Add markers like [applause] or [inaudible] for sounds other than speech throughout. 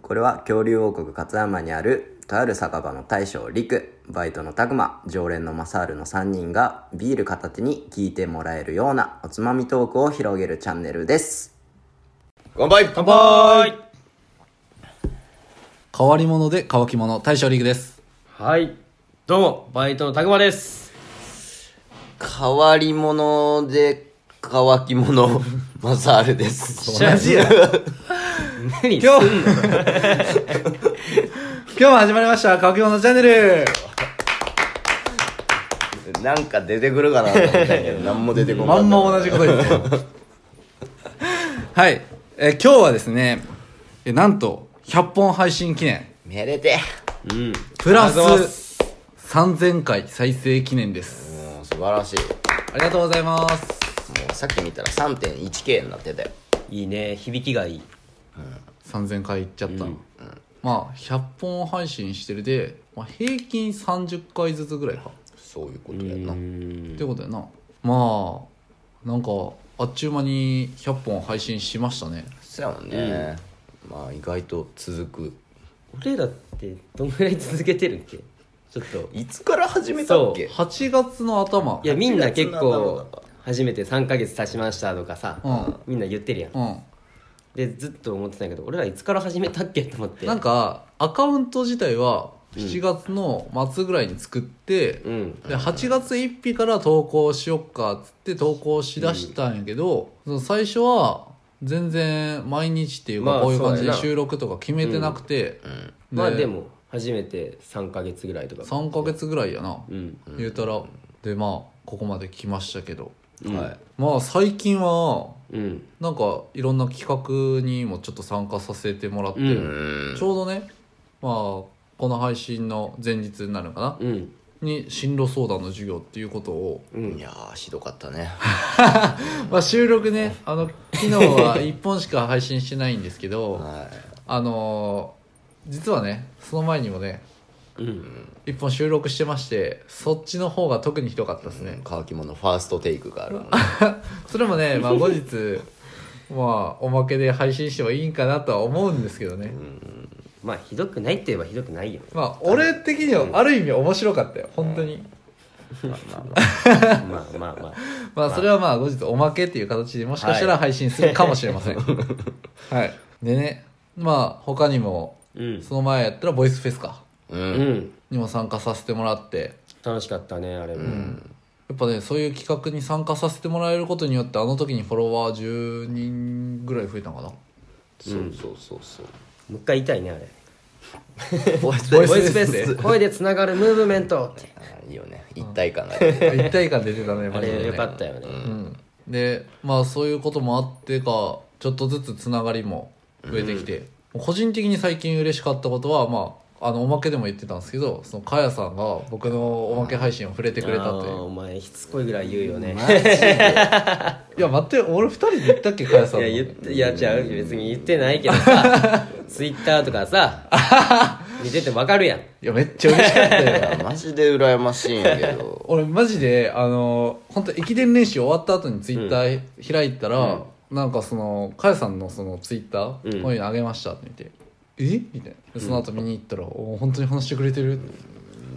これは恐竜王国勝山にあるとある酒場の大将陸バイトの拓磨常連のマサールの3人がビール片手に聞いてもらえるようなおつまみトークを広げるチャンネルです乾杯乾杯変わり者で乾き者大将リーグですはい。どうも、バイトのたくまです。変わり者で乾き [laughs] 者マサールです同じ [laughs] や。何今日、[laughs] 今日も始まりました乾き者チャンネルなんか出てくるかなと思ったけど何も出てこなまいんま同じこと [laughs] 言ってるはいえー今日はですねえーなんと100本配信記念めでてうん。プラありがとうございまス3000回再生記念ですもう素晴らしいもありがとうございますうさっき見たら 3.1K になってたよいいね、響きがいい。 3000回いっちゃった、まあ100本配信してるで、まあ、平均30回ずつぐらいか、そういうことやなってことやなまあなんかあっちゅう間に100本配信しましたねそうやもんね、まあ意外と続く俺らって、どんぐらい続けてるっけちょっと。いつから始めたっけ8月の頭いや、みんな結8構、初めて3ヶ月経ちましたとかさ、うみんな言ってるやん。うんで、ずっと思ってたんやけど、俺らいつから始めたっけと思って。なんかアカウント自体は7月の末ぐらいに作って、うん。で8月1日から投稿しよっかっつって投稿しだしたんやけど、その最初は全然毎日っていうまかあこういう感じそうやなで収録とか決めてなくて、まあでも、初めて3ヶ月ぐらいとか。 3ヶ月ぐらいやな、うん。言うたらでまあここまで来ましたけどうんはいまあ最近はうん。なんかいろんな企画にもちょっと参加させてもらって、ううんんちょうどねまあこの配信の前日になるのかな、うん。に進路相談の授業っていうことを、うんい。やーひどかったねまあ、収録ねあの昨日は1本しか配信してないんですけどはあのー実はねその前にもねうん。 1本収録してましてそっちの方が特にひどかったですいね乾き物ファーストテイクがあるもんねそれもね、まあ、後日 [laughs] まあおまけで配信してもいいんかなとは思うんですけどね、まあ、ひどくないって言えばひどく [laughs] ないよね。まあ俺的にはある意味面白かったよ本当にまあまあまあ。まあそれはまあ後日おまけっていう形でもしかしたら配信するかもしれませんはいでねまあ他にもうん。その前やったらボイスフェスかうんうん。にも参加させてもらって楽しかったね、あれも。やっぱねそういう企画に参加させてもらえることによってあの時にフォロワー10人ぐらい増えたのかなそうそうそうそうもう一回言いたいねあれボイスボイスボイスフベェース [laughs] でス声でつながるムーブメントってあーいいよね一体感が出て一体感出てたねあマジでれねよかったよねうん、でまあそういうこともあってかちょっとずつつながりも増えてきて、個人的に最近嬉しかったことはまああのおまけでも言ってたんですけどそのかやさんが僕のおまけ配信を触れてくれたあとーいうお前しつこいぐらい言うよねいや待って俺二人で言ったっけかやさいんやの言っていや違う別に言ってないけどさツイッターとかさ見ててわかるやんいやめっちゃ嬉しかったよいやマジで羨ましいんやけど俺マジであの本当駅伝練習終わった後にツイッター開いたら、なんかそのかやさんのそのツイッター、うんこういうのあげましたって見て「えみたいなでその後見に行ったら「お本当に話してくれてる?」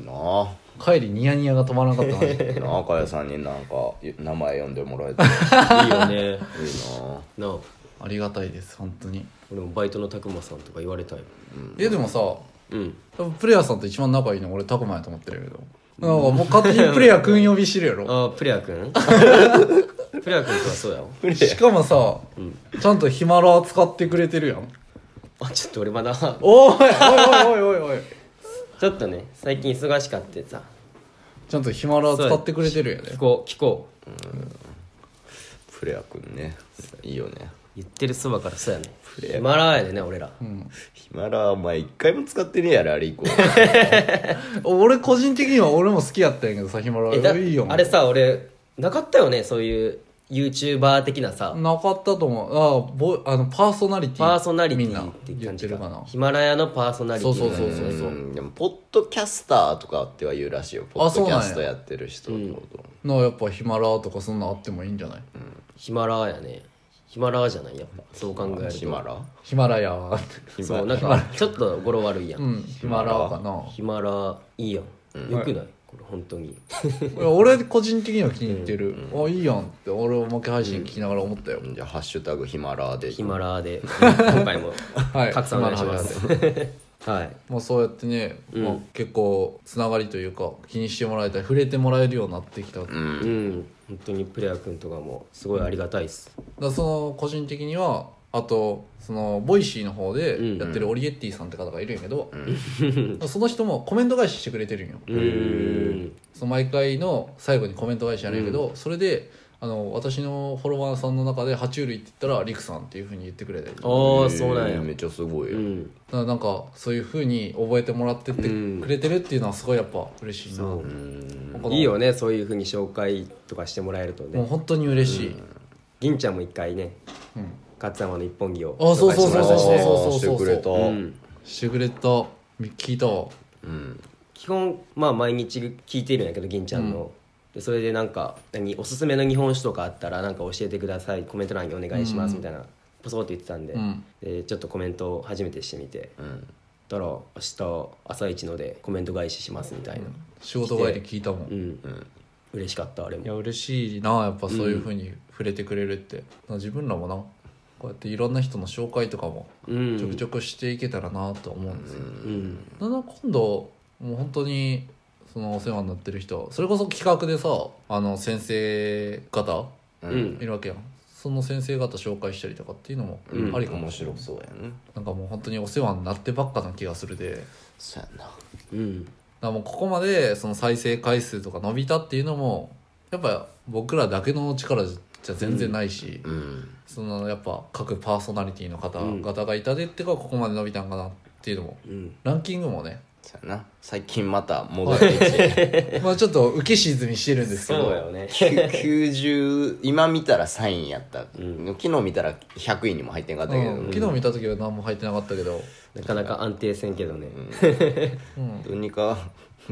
なあ帰りニヤニヤが止まらなかったマジ [laughs] でなあかやさんになんか名前呼んでもらえていいいいよねな [laughs] なあありがたいです本当に俺もバイトのたくまさんとか言われたよえでもさ多うん分プレイヤーさんと一番仲いいの俺タコマンやと思ってるけどなんかもう勝手にプレイヤーくん呼びしてるやろああプレア君プレア君とはそうやわ [laughs] しかもさ、ちゃんとヒマラー使ってくれてるやんあちょっと俺まだちおいおいおいおいおいおいょっとね最近忙しかってさちゃんとヒマラー使ってくれてるよね聞こう聞こうプレアくんねいいよね言ってるそばからそうやねレアヒマラヤでね俺らヒマラヤお前一回も使ってねえやろあれ以降俺個人的には俺も好きやったんやけどさヒマラえだーいいよあれさ俺なかったよねそういう YouTuber 的なさ、なかったと思うああぼあのパーソナリティパーソナリテみんなィって言感っじてかるかなヒマラヤのパーソナリティそうそうそうそううんでもポッドキャスターとかっては言うらしいよポッドキャストやってる人のことなやっぱヒマラーとかそんなんあってもいいんじゃないヒマラヤねヒマラヤじゃないやっぱそう考えるヒマとラヒマラヤはそうなんかちょっと語呂悪いやん、うんヒマラヤかなヒマラヤいいやん、よくない、これ本当 [laughs] にいや俺個人的には気に入ってる、あいいやんって俺おまけ配信聞きながら思ったよ、じゃあ、ハッシュタグヒマラで。ヒマラヤで今 [laughs] 回もはい拡散お願いします、はいまあそうやってね、まあ、結構つながりというか気にしてもらえたり触れてもらえるようになってきた、だかうん本当にプレア君とかもすごいありがたいっす、らその個人的にはあとそのボイシーの方でやってるオリエッティさんって方がいるんやけど、その人もコメント返ししてくれてるんよ、うんその毎回の最後にコメント返しやるんやけど、それであの私のフォロワーさんの中で爬虫類って言ったらリクさんっていうふうに言ってくれたりとかああそうなんや、めっちゃすごいよ。うんだからなんかそういうふうに覚えてもらってってくれてるっていうのはすごいやっぱ嬉しいな、そうこのいいよねそういうふうに紹介とかしてもらえるともうね本当に嬉しい、銀ちゃんも一回ねうん勝山の一本木をあそうそうそう紹介してもらいましたそうそうそうしてくれた。ううんんしてくれたみ聞いたわ基本まあ毎日聞いてるんやけど銀ちゃんの、でそれでなんか何おすすめの日本酒とかあったらなんか教えてくださいコメント欄にお願いしますみたいな、ポソッと言ってたんで,、うんでちょっとコメントを初めてしてみて、んだから明日朝一のでコメント返ししますみたいな仕事帰り聞いたもんうん、嬉しかったあれいもや嬉しいなやっぱそういうふうに触れてくれるって、な自分らもなこうやっていろんな人の紹介とかもうんちょくちょくしていけたらなと思うんですよ、うんだんだん今度もう本当にそのお世話になってる人それこそ企画でさあの先生方ううんんいるわけやんその先生方紹介したりとかっていうのもありかもしれない、面白そうやね。なんかもう本当にお世話になってばっかな気がするでそうやな。うんだからもうここまでその再生回数とか伸びたっていうのもやっぱ僕らだけの力じゃ全然ないし、うん。そのやっぱ各パーソナリティの方々がいたでってからここまで伸びたんかなっていうのも、うんランキングもね [laughs] そうやな。最近また戻ってきて。まあちょっと浮き沈みしてるんですけそうどよね90、今見たら3位やった。昨日見たら100位にも入ってんかったけど。うん昨日見た時は何も入ってなかったけど、なかなか安定せんけどね、どうにか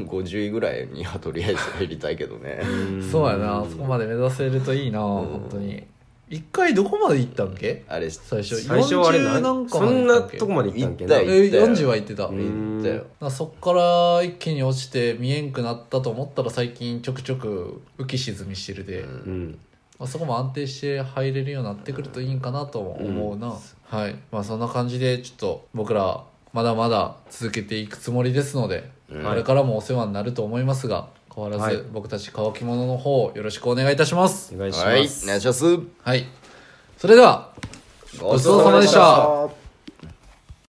50位ぐらいにはとりあえず入りたいけどね。そうやなそこまで目指せるといいな、本当に一回どこまで行ったんけあれ、最初最初はあれ40何何そかまでん行なったっけとこまで行ったんけ行なったよえ40は行ってた行ったよ。まあそっから一気に落ちて見えんくなったと思ったら最近ちょくちょく浮き沈みしてるで、うんまあ、そこも安定して入れるようになってくるといいんかなとも思うな、はいまあそんな感じでちょっと僕らまだまだ続けていくつもりですので、これからもお世話になると思いますが変わらず僕たち乾き物の方よろしくお願いいたしますお願いします、はい、お願いします。はいそれではごちそうさまでした